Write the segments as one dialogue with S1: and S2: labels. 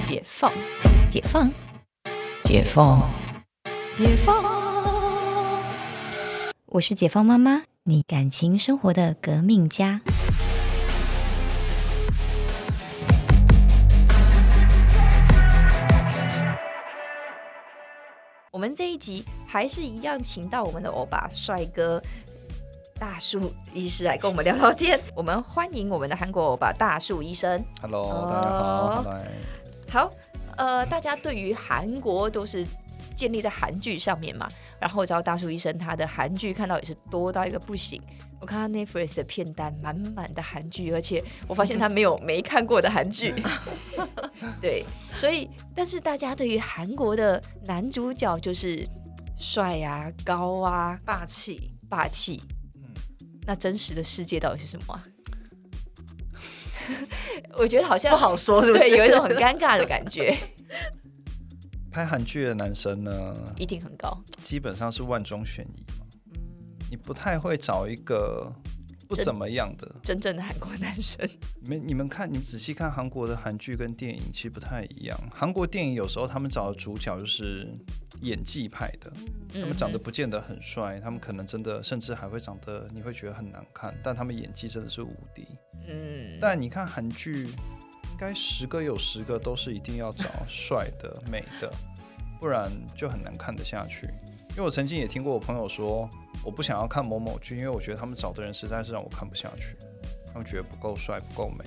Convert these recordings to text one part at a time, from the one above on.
S1: 解放，解放，解放，解放。
S2: 我是解放妈妈，你感情生活的革命家。
S1: 我们这一集还是一样，请到我们的欧巴帅哥大树医师来跟我们聊聊天。我们欢迎我们的韩国欧巴大树医生。
S3: Hello，、
S1: 哦
S3: 大家好，来，
S1: 好，呃，大家对于韩国都是建立在韩剧上面嘛，然后我知道大叔医生他的韩剧看到也是多到一个不行。我看他 Netflix 的片单满满的韩剧，而且我发现他没有没看过的韩剧。
S4: 嗯
S1: 对，所以但是大家对于韩国的男主角就是帅啊、高啊、
S4: 霸气。
S1: 霸气。
S3: 嗯
S1: 那真实的世界到底是什么、啊？我觉得好像
S4: 不好说是不是
S1: 对，有一种很尴尬的感觉，
S3: 拍韩剧的男生呢，
S1: 一定很高。
S3: 基本上是万中选一嘛，你不太会找一个不
S1: 真
S3: 怎么样的。
S1: 真正的韩国男生，
S3: 你们你们看，你们仔细看韩国的韩剧跟电影其实不太一样。韩国电影有时候他们找的主角就是演技派的，他
S1: 他
S3: 们长得不见得很帅，他们可能真的甚至还会长得你会觉得很难看，但他们演技真的是无敌。
S1: 嗯，
S3: 但你看韩剧，应该十个有十个都是一定要找帅的、美的，不然就很难看得下去。因为我曾经也听过我朋友说，我不想要看某某剧，因为我觉得他们找的人实在是让我看不下去，他们觉得不够帅、不够美。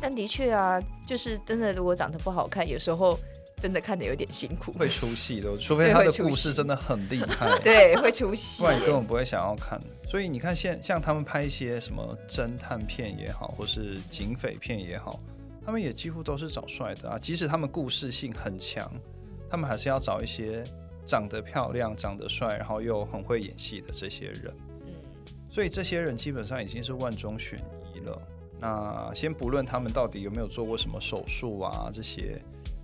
S1: 但的确啊，就是真的，如果长得不好看，有时候真的看的有点辛苦，
S3: 会出戏的，除非
S1: 对
S3: 他
S1: 会
S3: 的
S1: 出
S3: 故
S1: 戏
S3: 事真的很厉害，
S1: 对，会出戏
S3: 不。然你根本不会想要看。所以你看现，像他们拍一些什么侦探片也好，或是警匪片也好，他们也几乎都是找帅的啊。即使他们故事性很强，
S1: 嗯
S3: 他们还是要找一些长得漂亮、长得帅，然后又很会演戏的这些人。
S1: 嗯
S3: 所以这些人基本上已经是万中选一了。那先不论他们到底有没有做过什么手术啊，这些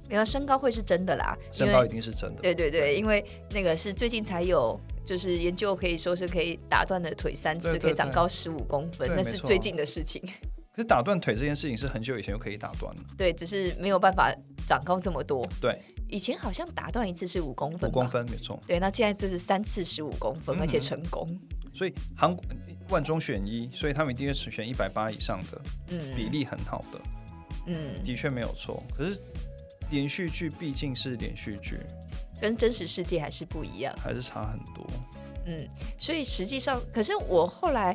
S1: 没有身高会是真的啦，因
S3: 身高一
S1: 为
S3: 定是真的。
S1: 对对对，因为那个是最近才有。就是研究可以说是可以打断的腿三次，
S3: 对对
S1: 可以长
S3: 对
S1: 高十五公分，
S3: 对
S1: 那
S3: 没
S1: 是
S3: 错
S1: 最近的事情。
S3: 可是打断腿这件事情是很久以前就可以打断了，
S1: 对，只是没有办法长高这么多。
S3: 对，
S1: 以前好像打断一次是五公分，
S3: 五公。分没错。
S1: 对，那现在这是三次十五公分，
S3: 嗯
S1: 而且成功。
S3: 所以韩国万中选一，所以他们一定会选一百八以上的
S1: 嗯，
S3: 比例很好的，
S1: 嗯，
S3: 的确没有错。可是连续剧毕竟是连续剧，
S1: 跟真实世界还是不一样。
S3: 还是差很多。
S1: 嗯，所以实际上，可是我后来，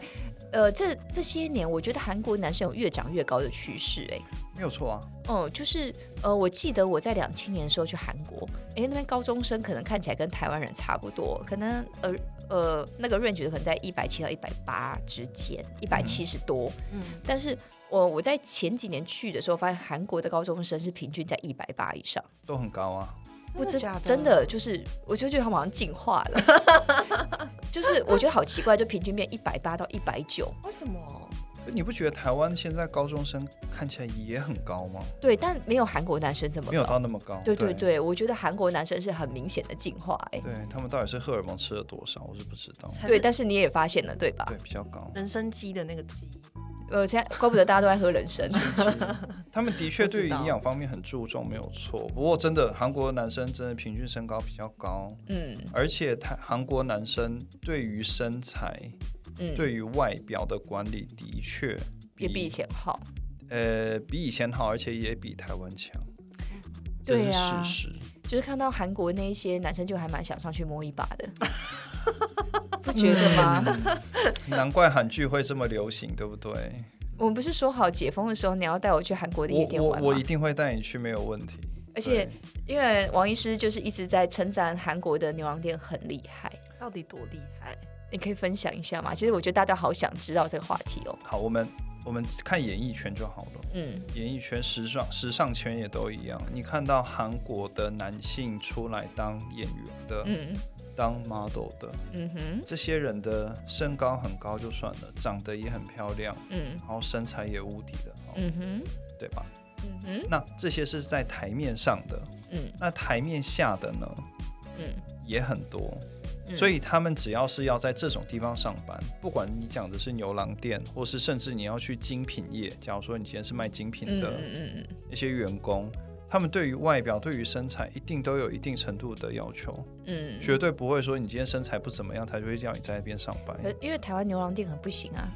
S1: 呃，这这些年，我觉得韩国男生有越长越高的趋势、哎，
S3: 没有错啊，
S1: 哦，就是呃，我记得我在两千年的时候去韩国，哎，那边高中生可能看起来跟台湾人差不多，可能呃呃那个 range 可能在一百七到一百八之间，一百七十多，
S4: 嗯，
S1: 但是。我我在前几年去的时候，发现韩国的高中生是平均在一百八以上，
S3: 都很高啊。
S1: 我
S4: 真的假的？
S1: 真的就是，我就觉得他们好像进化了， 就是我觉得好奇怪，就平均变一百八到一百九，
S4: 为什么？
S3: 你不觉得台湾现在高中生看起来也很高吗？
S1: 对，但没有韩国男生这么
S3: 没有
S1: 高。
S3: 到那么高。
S1: 对对
S3: 对
S1: 对，我觉得韩国男生是很明显的进化、哎，
S3: 对他们到底是荷尔蒙吃了多少，我是不知道。
S4: 才
S1: 对，
S4: 是
S1: 但是你也发现了，对吧？
S3: 对，比较 高。
S4: 人参鸡的那个鸡，
S1: 呃，现在怪不得大家都在喝人 参，
S3: 他们的确对于
S4: 不知道
S3: 营养方面很注重，没有错。不过真的，韩国男生真的平均身高比较高，
S1: 嗯
S3: 而且台韩国男生对于身材、
S1: 嗯，，
S3: 对于外表的管理的确
S1: 也比以前好，
S3: 呃比以前好，而且也比台湾强，这
S1: 对
S3: 是
S1: 啊
S3: 事实。
S1: 就是看到韩国那一些男生，就还蛮想上去摸一把的， 不觉得吗？
S3: 嗯难怪韩剧会这么流行，对不对？
S1: 我们不是说好解封的时候你要带我去韩国的夜
S3: 我
S1: 店
S3: 我
S1: 玩
S3: 我
S1: 吗
S3: 一？定会带你去，没有问题。
S1: 而且
S3: 对
S1: 因为王医师就是一直在称赞韩国的牛郎店很厉害，
S4: 到底多厉害？
S1: 你可以分享一下吗？其实我觉得大家好想知道这个话题哦。
S3: 好，我们我们看演艺圈就好了。
S1: 嗯
S3: 演艺圈、时尚、时尚圈也都一样。你看到韩国的男性出来当演员的、
S1: 嗯
S3: 当 model 的，
S1: 嗯哼
S3: 这些人的身高很高就算了，长得也很漂亮，
S1: 嗯
S3: 然后身材也无敌的，哦
S1: 嗯哼
S3: 对吧？
S1: 嗯哼
S3: 那这些是在台面上的，
S1: 嗯
S3: 那台面下的呢
S1: 嗯
S3: 也很多。
S1: 嗯，
S3: 所以他们只要是要在这种地方上班，不管你讲的是牛郎店，或是甚至你要去精品业，假如说你今天是卖精品
S1: 嗯
S3: 的
S1: 嗯嗯嗯
S3: 一些员工，他们对于外表、对于身材一定都有一定程度的要求，
S1: 嗯，
S3: 绝对不会说你今天身材不怎么样，他就会叫你在那边上班。
S1: 可因为台湾牛郎店很不行啊，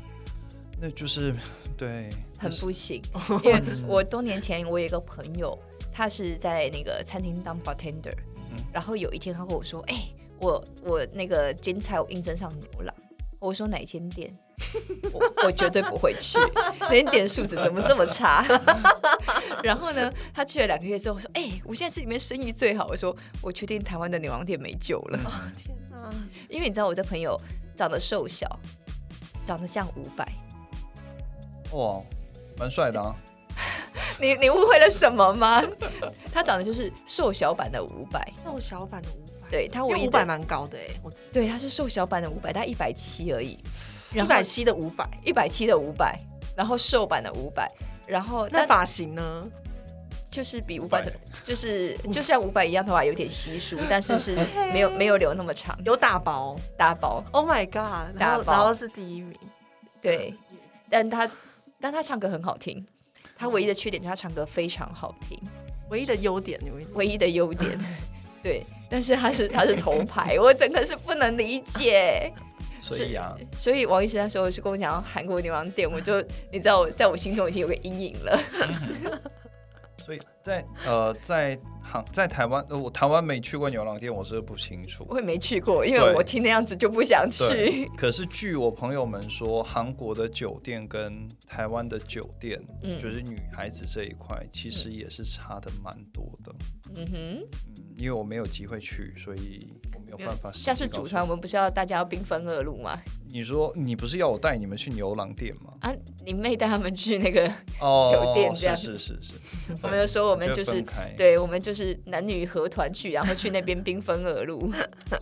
S3: 那就是对，
S1: 很
S3: 那是
S1: 不 行。因为我多年前我有一个朋友，他是在那个餐厅当 bartender，、
S3: 嗯
S1: 然后有一天他跟我说：“哎、我我那个兼差我应征上牛郎。”我说哪一间店？ 我我绝对不会 去，那间店素质怎么这么差？ 然后呢，他去了两个月之后说：“哎、我现在是里面生意最好。”我说：“我确定台湾的牛郎店没救了。”
S4: 天哪，
S1: 因为你知道我这朋友长得瘦小，长得像伍佰，
S3: 哇，蛮 帅的啊。
S1: 你你误会了什么吗？ 他长得就是瘦小版的伍佰，
S4: 瘦小版的五百，
S1: 对他
S4: 因
S1: 唯
S4: 为
S1: 一
S4: 五百
S1: 的
S4: 蛮高的哎、我
S1: 对他是瘦小版的伍佰，他一百七而已，
S4: 一百七的五百，
S1: 一百七的伍佰，然后瘦版的伍佰，然后
S4: 那
S1: 但
S4: 发型呢？
S1: 就是比伍佰的，就是就像伍佰一样，头发有点稀疏，但是是没有没有留那么长，
S4: 有打薄
S1: 大包
S4: ，Oh my god！然
S1: 打
S4: 后
S1: 薄
S4: 然后是第一名，
S1: 对，但他但他唱歌很好听，他唯一的缺点就是他唱歌非常好听。
S4: 唯一的优点，唯一的
S1: 唯一的优点。 对，但是他是他是头牌，我整个是不能理解。
S3: 所以啊，
S1: 所以王医师那时候是跟我讲韩国牛郎店，我就你知道我在我心中已经有个阴影了。
S3: 所以在呃，在杭在台湾，呃我台湾没去过牛郎店，我是不清楚。
S1: 我也没去过，因为
S3: 对
S1: 我听那样子就不想去
S3: 对。，可是据我朋友们说，韩国的酒店跟台湾的酒店，
S1: 嗯
S3: 就是女孩子这一块，其实也是差的蛮多的。
S1: 嗯哼，
S3: 嗯，因为我没有机会去，所以我没有办法实际
S1: 下
S3: 告诉
S1: 次
S3: 你。
S1: 组团我们嗯不是要大家要兵分二路吗？
S3: 你说你不是要我带你们去牛郎店吗？
S1: 啊，你妹带他们去那 个，
S3: 哦，
S1: 酒店这样，
S3: 是是是是
S1: 我们就 说我们
S3: 对
S1: 就是
S3: 分开。
S1: 对我们就是男女合团去，然后去那边兵分二路。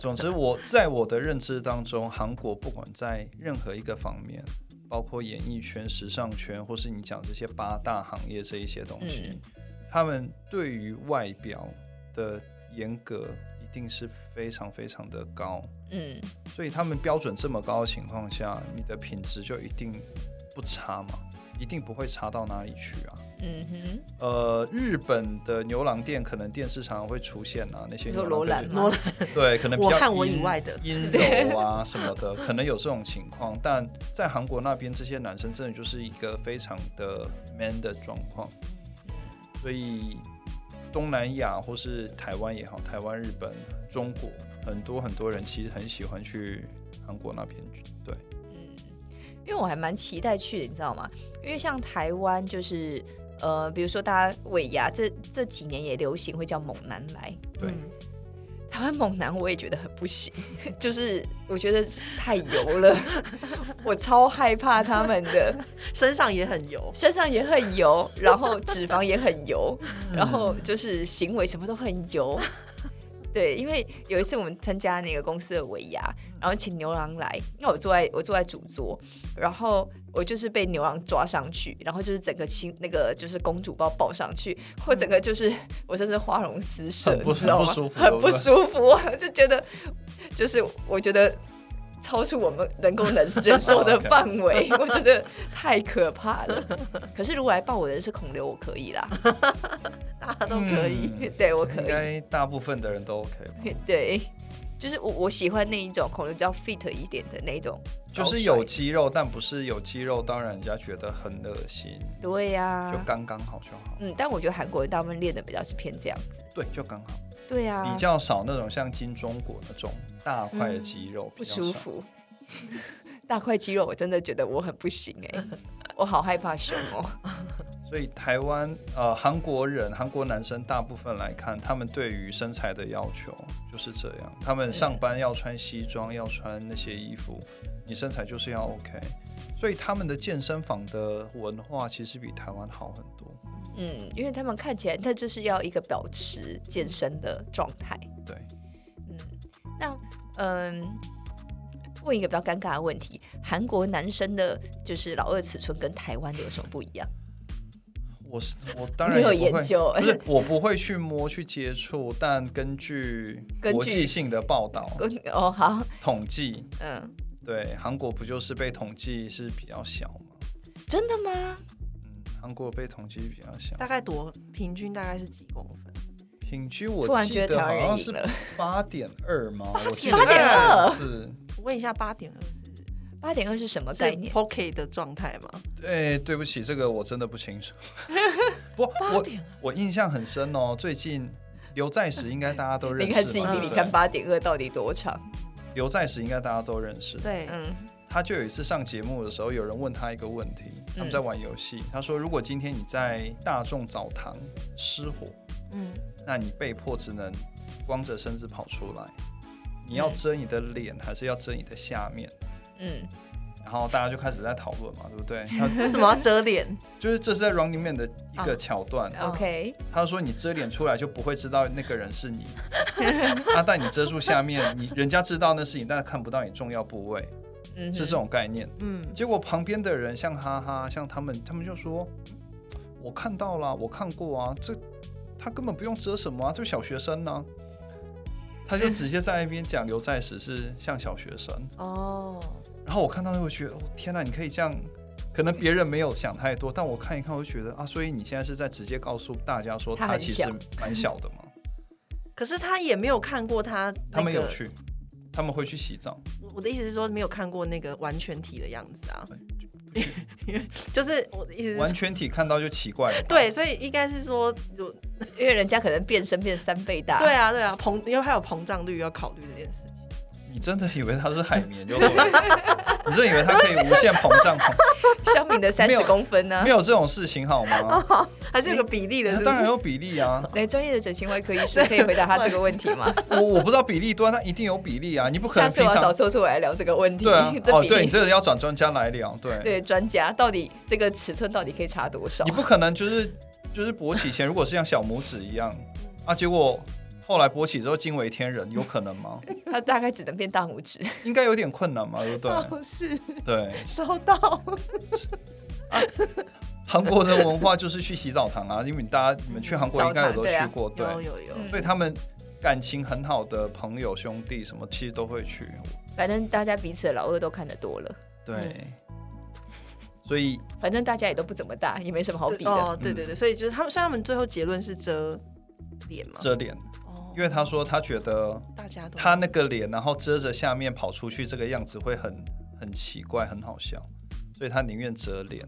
S3: 总之我在我的认知当中，韩国不管在任何一个方面，包括演艺圈、时尚圈，或是你讲这些八大行业这一些东西，
S1: 嗯
S3: 他们对于外表的严格一定是非常非常的高。
S1: 嗯，
S3: 所以他们标准这么高的情况下，你的品质就一定不差嘛，一定不会差到哪里去啊。
S1: 嗯哼，
S3: 呃，日本的牛郎店可能电视常常会出现啊，那些
S1: 你说
S3: 牛
S1: 罗
S3: 郎
S1: 兰
S3: 店
S1: 吗？
S4: 罗
S3: 对，可能比较
S4: 我和我
S3: 阴
S4: 以外的
S3: 阴柔啊什么的，可能有这种情况。但在韩国那边，这些男生真的就是一个非常的 man 的状况，所以东南亚或是台湾也好，台湾、日本、中国，很多很多人其实很喜欢去韩国那边去。对，
S1: 嗯，因为我还蛮期待去的，你知道吗？因为像台湾就是呃，比如说大家尾牙这这几年也流行会叫猛男来，
S3: 对
S4: 嗯
S1: 台湾猛男我也觉得很不行， 就是我觉得太油了， 我超害怕他们的，
S4: 身上也很油，
S1: 身上也很油，然后脂肪也很油，
S3: 嗯
S1: 然后就是行为什么都很油。对，因为有一次我们参加那个公司的尾牙，然后请牛郎来，因为我坐在我坐在主桌，然后我就是被牛郎抓上去，然后就是整个新那个就是公主抱抱上去，我整个就是我真是花容失色，
S3: 很不
S1: 你知道吗？
S3: 很不舒服
S1: 很不舒服，我就觉得就是我觉得超出我们能够 能忍受的范围，我觉得太可怕了。 可是如果来抱我的人是孔刘，我可以啦，
S4: 大家都可以。
S3: 嗯
S1: 对我可
S3: 应
S1: 以，
S3: 该大部分的人都 OK 吧。
S1: 对，就是我我喜欢那一种孔刘比较 fit 一点的那一种，
S3: 就是有肌肉，但不是有肌肉，当然人家觉得很恶心，
S1: 对呀、
S3: 就刚刚好就好。
S1: 嗯，但我觉得韩国人大部分练的比较是偏这样子，
S3: 对，就刚好。
S1: 对呀、
S3: 比较少那种像金钟国那种大块的肌肉，
S1: 嗯不
S3: 比较
S1: 舒
S3: 少。
S1: 服。大块肌肉，我真的觉得我很不行哎、我好害怕熊哦。
S3: 所以台湾呃韩国人韩国男生大部分来看，他们对于身材的要求就是这样，他们上班要穿西装，要穿那些衣服，你身材就是要 OK。所以他们的健身房的文化其实比台湾好很多。
S1: 嗯，因为他们看起来，他就是要一个保持健身的状态。
S3: 对，
S1: 嗯，那嗯，问一个比较尴尬的问题：韩国男生的就是老二尺寸跟台湾的有什么不一样？
S3: 我是我当然
S1: 你有
S3: 也不会
S1: 研究
S3: 不是我不会去摸去接触，但根据
S1: 根据
S3: 国际性的报道
S1: 我哦，好，
S3: 统计，
S1: 嗯，
S3: 对，韩国不就是被统计是比较小吗？
S1: 真的吗？
S3: 嗯，韩国被统计比较小，
S4: 大概多平均大概是几公分？
S3: 平均
S1: 突
S3: 我
S1: 然
S3: 记
S1: 觉得台
S3: 好
S1: 湾人
S3: 像
S1: 赢
S3: 是
S1: 了，
S3: 八点二吗？我记得
S1: 8.2
S3: 是，
S4: 我问一下，八点二
S1: 八哦点二是什么
S4: 是
S1: 概念？
S4: pocket 的状态吗？
S3: 哎，对不起，这个我真的不 清楚。不，
S1: 八
S3: 我
S1: 点
S3: 我印象很深哦，最近刘在石应该大家都
S1: 你
S3: 认识
S1: 看
S3: 嘛，
S1: 自己
S4: 嘛
S1: 比
S3: 对
S1: 比
S3: 不
S1: 看
S3: 对？
S1: 八点二到底多长？
S3: 刘在石应该大家都认识，
S4: 对，
S1: 嗯，
S3: 他就有一次上节目的时候，有人问他一个问题，他们在玩游戏，他说：“如果今天你在大众澡堂失火，
S4: 嗯，
S3: 那你被迫只能光着身子跑出来，你要遮你的脸，还是要遮你的下面
S1: 嗯，？”
S3: 然后大家就开始在讨论嘛，对不对？他
S4: 为什么要遮脸？
S3: 就是这是在 Running Man 的一个桥段，
S4: 哦
S1: OK，
S3: 他说你遮脸出来就不会知道那个人是你，他带你遮住下面，你人家知道那是你，但是看不到你重要部位，
S1: 嗯哼，
S3: 是这种概念。
S4: 嗯，
S3: 结果旁边的人像哈哈，像他们，他们就说：“我看到了，我看过啊，这他根本不用遮什么啊，就小学 生呢、他就直接在那边讲刘在石是像小学生，
S4: 哦，
S3: 然后我看到就会觉得，哦天哪，你可以这样，可能别人没有想太多，但我看一看，我就觉得啊，所以你现在是在直接告诉大家说
S1: 他
S3: 他
S1: 很
S3: 其实
S1: 小
S3: 蛮小 的嘛？
S4: 可是他也没有看过他、那个，
S3: 他们有去，他们会去洗澡，
S4: 我我的意思是说，没有看过那个完全体的样子啊， 就是我的意思是
S3: 哎完
S4: 说，
S3: 全体看到就奇怪了。
S4: 对，，所以应该是说，有
S1: 嗯因为人家可能变身变三倍大，
S4: 对啊，对啊，膨，因为还有膨胀率要考虑这件事情。
S3: 你真的以为他是海绵就好了？ 你真的以为他可以无限膨胀膨
S1: 小敏的三
S3: 没
S1: 十
S3: 有
S1: 公分呢、
S3: 没有这种事情好吗？
S1: 哦
S4: 还是有个比例的是不是，
S3: 当然有比例啊，
S1: 来，专业的整形外科医师可以回答他这个问题吗？
S3: 我我不知道比例多，但一定有比例啊，你不可
S1: 下
S3: 能
S1: 次
S3: 平
S1: 我要找
S3: 常
S1: 周周来聊这个问题。，
S3: 对啊
S1: 这
S3: 哦，
S1: 比
S3: 对你这个要找专家来聊，对，
S1: 对专家到底这个尺寸到底可以差多少
S3: 你？不可能就是就是勃起前如果是像小拇指一样啊，结果后来勃起之后惊为天人，有可 能吗？
S1: 他大概只能变大拇指。
S3: 应该有点困难嘛，对不
S1: 哦
S3: 对？
S4: 哦是
S3: 对，
S4: 收到，
S3: 韩国的文化就是去洗澡堂啊，因为大家你们去韩国应该也都
S1: 澡堂对啊
S3: 去过，对，
S4: 有有有，
S1: 嗯
S3: 所以他们感情很好的朋友兄弟什么，其实都会去。
S1: 反正大家彼此的老二都看得多了，
S3: 对，
S4: 嗯
S3: 所以
S1: 反正大家也都不怎么大，也没什么好比
S4: 对
S1: 的。
S4: 哦，
S3: 嗯
S4: 对对对，所以就是他们，虽然他们最后结论是遮脸嘛，
S3: 遮脸，
S4: 哦
S3: 因为他说他觉得
S4: 大家都
S3: 他那个脸，然后遮着下面跑出去这个样子会很很奇怪，很好笑，所以他宁愿遮脸。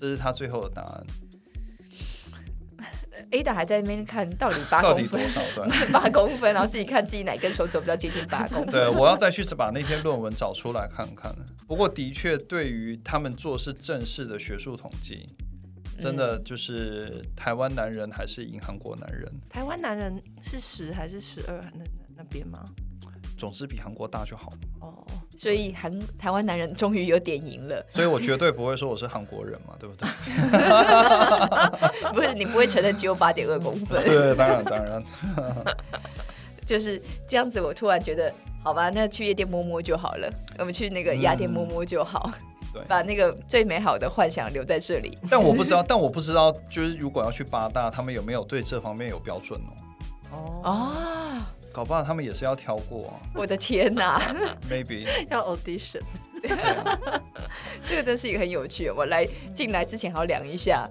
S3: 这是他最后的答案，
S1: Ada 还在那边看到底八
S3: 到
S1: 公
S3: 底多
S1: 分，
S3: 少 段？
S1: 八公分，然后自己看自己哪根手指比较接近八公分。
S3: 对，我要再去把那篇论文找出来看看。不过，的确，对于他们做是正式的学术统计，真的就是台湾男人还是赢韩国男人，
S4: 台湾男人是十还是十二那那那边吗？
S3: 总之比韩国大就好。
S4: 哦，
S1: 所以韩台湾男人终于有点赢了，
S3: 所以我绝对不会说我是韩国人嘛，对不 对？
S1: 不是你不会承认只有八点二公分。
S3: 对，当然当然，
S1: 就是这样子，我突然觉得，好吧，那去夜店摸摸就好了，我们去那个雅典摸摸就好，
S3: 嗯对
S1: 把那个最美好的幻想留在这里。
S3: 但我不知道，但我不知道，就是如果要去八大，他们有没有对这方面有标准哦？
S4: 哦，
S1: 哦，
S3: 搞不好他们也是要挑过啊
S1: 我的天哪，
S3: ，maybe
S4: 要 audition，
S1: 这个真是一个很有趣。我来进来之前还要量一 下，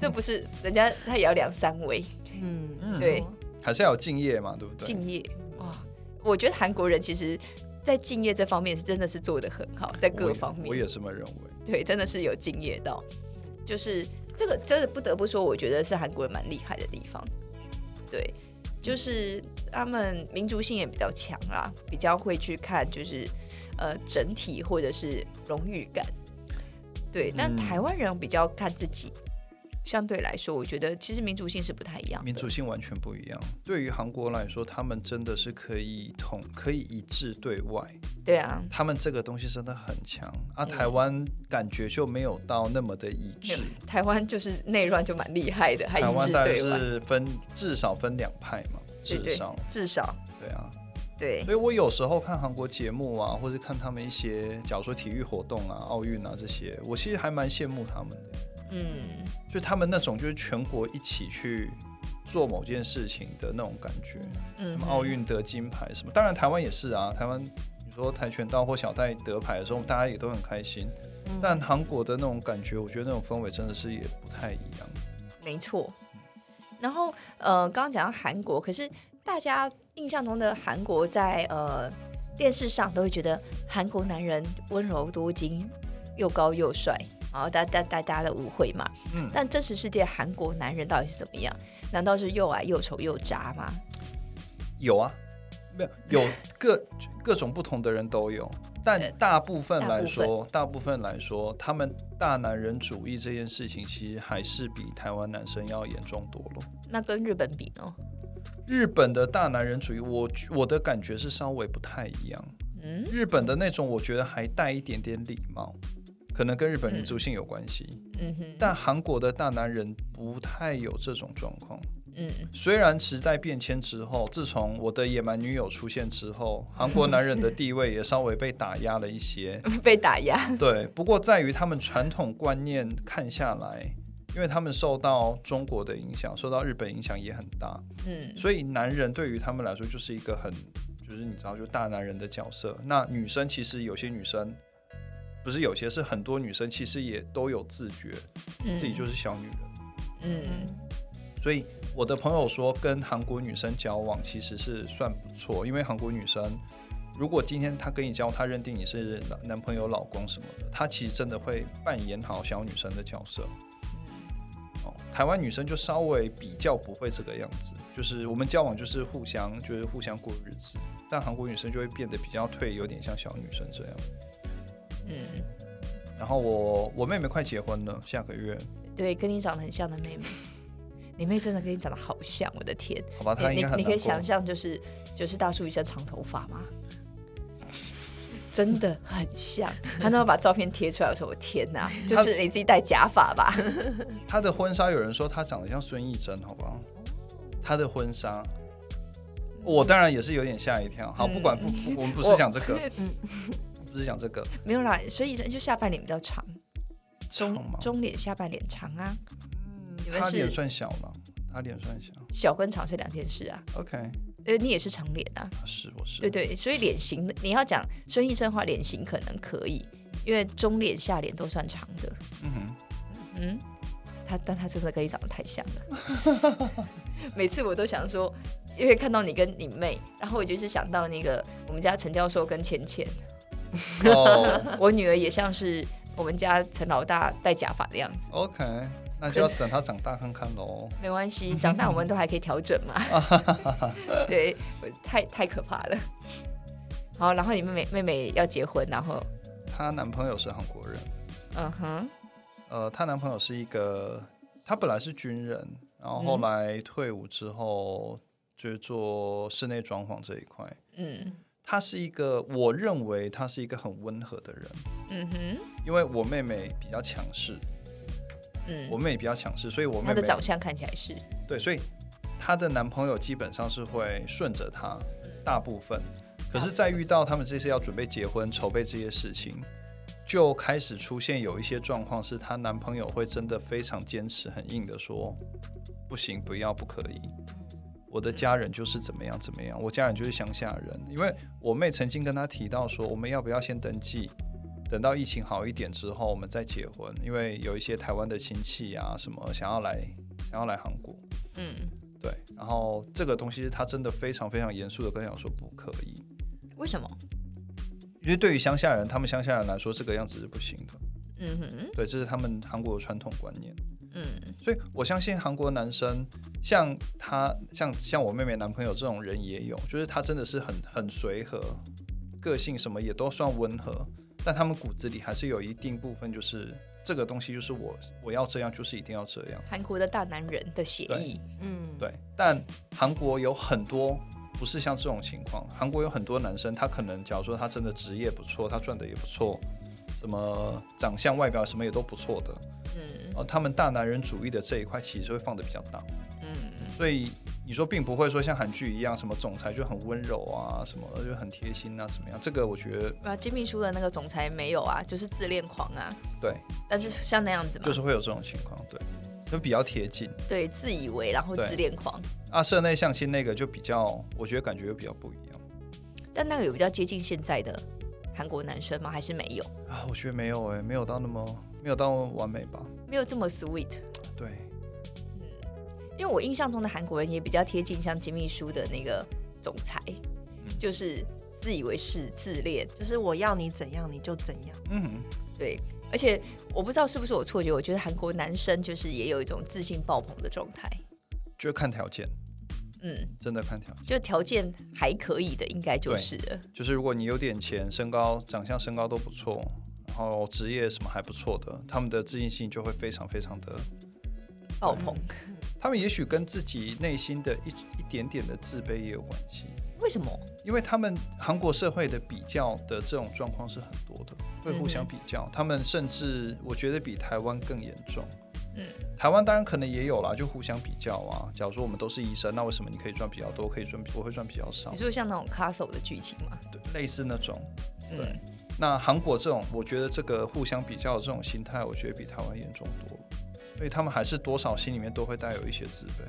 S1: 这不是人家他也要量三围，
S4: 嗯，
S3: 嗯
S1: 对，
S3: 还是要有敬业嘛，对不对？
S1: 敬业哇。我觉得韩国人其实，在敬业这方面是真的是做的很好，在各
S3: 我
S1: 方面
S3: 我也这么认为。
S1: 对，真的是有敬业到，就是这个真的不得不说，我觉得是韩国人蛮厉害的地方。对，就是他们民族性也比较强啦，比较会去看就是呃整体或者是荣誉感。对，但
S3: 嗯
S1: 台湾人比较看自己，相对来说，我觉得其实民族性是不太一样的。
S3: 民族性完全不一样。对于韩国来说，他们真的是可以统，可以一致对外，
S1: 对啊，
S3: 他们这个东西真的很强。啊，
S1: 嗯
S3: 台湾感觉就没有到那么的一致，
S1: 台湾就是 内乱就蛮厉害的，还
S3: 台
S1: 一
S3: 湾
S1: 致
S3: 大概
S1: 对外，
S3: 是分至少分两派嘛，
S1: 对
S3: 至
S1: 对
S3: 少，
S1: 至少
S3: 对啊。
S1: 对
S3: 所以我有时候看韩国节目啊，或者看他们一些，假如说体育活动啊、奥运啊这些，我其实还蛮羡慕他们的，
S1: 嗯。
S3: 就他们那种就是全国一起去做某件事情的那种感觉。
S1: 嗯
S3: 什么奥运得金牌什么，当然台湾也是啊，台湾你说跆拳道或小戴得牌的时候，我们大家也都很开心。
S4: 嗯
S3: 但韩国的那种感觉，我觉得那种氛围真的是也不太一样。
S1: 没错。然后呃，刚刚讲到韩国，可是大家印象中的韩国在呃电视上都会觉得韩国男人温柔多金，又高又帅，然后大大大家的误会嘛。
S3: 嗯，
S1: 但真实世界韩国男人到底是怎么样？难道是又矮又丑又渣吗？
S3: 有啊，没有有各各种不同的人都有，但
S1: 对
S3: 大部分
S1: 大
S3: 来
S1: 部分
S3: 说，大部分来说，他们大男人主义这件事情，其实还是比台湾男生要严重多了。
S1: 那跟日本比呢？
S3: 日本的大男人主义，我我的感觉是稍微不太一样。
S1: 嗯，
S3: 日本的那种，我觉得还带一点点礼貌，可能跟日本民族性有关系。
S1: 嗯哼，
S3: 但韩国的大男人不太有这种状况。
S1: 嗯，
S3: 虽然时代变迁之后，自从我的野蛮女友出现之后，韩国男人的地位也稍微被打压了 一些。
S1: 被打压，
S3: 对，不过在于他们传统观念看下来，因为他们受到中国的影响，受到日本影响也很大，
S1: 嗯，
S3: 所以男人对于他们来说就是一个很，就是你知道，就大男人的角色。那女生其实有些女生。不是有些是很多女生其实也都有自觉，
S1: 嗯
S3: 自己就是小女人，
S1: 嗯
S3: 所以我的朋友说，跟韩国女生交往其实是算不错，因为韩国女生如果今天她跟你交往，她认定你是男男朋友、老公什么的，她其实真的会扮演好小女生的角色。哦，台湾女生就稍微比较不会这个样子，就是我们交往就是互相就是互相过日子，但韩国女生就会变得比较退，有点像小女生这样。
S1: 嗯，
S3: 然后我我妹妹快结婚了，下个月，
S1: 对，跟你长得很像的妹妹， 你妹真的跟你长得好像，我的天！
S3: 好吧，她
S1: 你
S3: 应该
S1: 你
S3: 很
S1: 你
S3: 难
S1: 可以
S3: 过。
S1: 想象，就是就是大树医生长头发吗？真的很 像，他那么把照片贴出来，我说我天 哪，就是你自己戴假发吧。
S3: 她的婚纱有人说她长得像孙艺珍，好不好？她的婚纱，我当然也是有点吓一跳。好，
S1: 嗯
S3: 不管不，不我们不是讲这 个，
S4: 嗯
S3: 不是讲这个，
S1: 没有啦，所以医生就下半脸比较长，
S3: 中吗？
S1: 中脸下半脸长啊，你们
S3: 她
S1: 是
S3: 脸算小了，她脸算小。
S1: 小跟长是两件事啊。
S3: OK，
S1: 呃，你也是长脸啊，
S3: 是我是
S1: 对对，所以脸型你要讲孙医生的话，脸型可能可以，因为中脸下脸都算长的。
S3: 嗯哼，
S1: 嗯，他但他真的跟你长得太像了。 每次我都想说，因为看到你跟你妹，然后我就是想到那个我们家陈教授跟芊 芊，
S3: 哦
S1: 我女儿也像是我们家陈老大戴假发的样子。
S3: ，OK，那就要等她长大看看喽。
S1: 没关系，长大我们都还可以调整嘛。 对，我太太可怕了。好，然后你妹妹妹妹要结婚，然后
S3: 她男朋友是韩国人，
S1: 嗯哼，
S3: 呃，她男朋友是一个，她本来是军人，然后后
S1: 嗯
S3: 来退伍之后就是做室内装潢这一块。
S1: 嗯
S3: 他是一个，我认为他是一个很温和的人，
S1: 嗯哼，
S3: 因为我妹妹比较强势，我
S1: 嗯，
S3: 妹妹比较强势，所以我妹
S1: 她
S3: 妹
S1: 的长相看起来是，
S3: 对，所以她的男朋友基本上是会顺着她，大部分。可是，在遇到他们这次要准备结婚、筹备这些事情，就开始出现有一些状况，是她男朋友会真的非常坚持、很硬的说：“不行，不要，不可以。”我的家人就是怎么样怎么样，我家人就是乡下人。因为我妹曾经跟她提到说，我们要不要先登记，等到疫情好一点之后，我们再结婚。因为有一些台湾的亲戚啊什么想要来想要来韩国，
S1: 嗯，
S3: 对，然后这个东西他真的非常非常严肃的跟你讲说不可以，
S1: 为什么？
S3: 因为对于乡下人，他们乡下人来说这个样子是不行的，
S1: 嗯哼，
S3: 对，这是他们韩国的传统观念，
S1: 嗯
S3: 所以我相信韩国男生像他像像我妹妹男朋友这种人也有，就是他真的是很很随和，个性什么也都算温和，但他们骨子里还是有一定部分就是这个东西就是我我要这样就是一定要这样。
S1: 韩国的大男人的协议，
S4: 嗯，
S3: 对，但韩国有很多不是像这种情况，韩国有很多男生，他可能假如说他真的职业不错，他赚的也不错，什么长相、外表什么也都不错的，
S1: 嗯
S3: 然后他们大男人主义的这一块其实会放的比较大，
S1: 嗯
S3: 所以你说并不会说像韩剧一样，什么总裁就很温柔啊，什么就很贴心啊，怎么样？这个我觉得
S1: 啊，金秘书的那个总裁没有啊，就是自恋狂啊，
S3: 对，
S1: 但是像那样子嘛，
S3: 就是会有这种情况，对，就比较贴近。
S1: 对自以为，然后
S3: 对
S1: 自恋狂，
S3: 啊，社内相亲那个就比较，我觉得感觉又比较不一样。
S1: 但那个有比较接近现在的韩国男生吗？还是没有？
S3: 啊，我觉得没有哎、没有到那么没有到完美吧？
S1: 没有这么 sweet。
S3: 对，
S1: 因为我印象中的韩国人也比较贴近像金秘书的那个总裁，
S3: 嗯
S1: 就是自以为是、自恋，
S4: 就是我要你怎样你就怎样，
S3: 嗯，
S1: 对。而且我不知道是不是我错觉，我觉得韩国男生就是也有一种自信爆棚的状态，
S3: 就看条件，
S1: 嗯，
S3: 真的看条件。
S1: 就条件还可以的，应该就是了。
S3: 就是如果你有点钱，身高、长相、身高都不错，然后职业什么还不错的，他们的自信心就会非常非常的。
S1: 爆棚。
S3: 他们也许跟自己内心的一一点点的自卑也有关系，
S1: 为什么？
S3: 因为他们韩国社会的比较的这种状况是很多的，会互相比较。他们甚至我觉得比台湾更严重。
S1: 嗯，
S3: 台湾当然可能也有啦，就互相比较啊。假如说我们都是医生，那为什么你可以赚比较多，我可以赚比我会赚比较少
S1: 你？说像那种 castle 的剧情吗？
S3: 对，类似那种。
S1: 嗯
S3: 对，那韩国这种，我觉得这个互相比较的这种心态，我觉得比台湾严重多了，所以他们还是多少心里面都会带有一些自卑。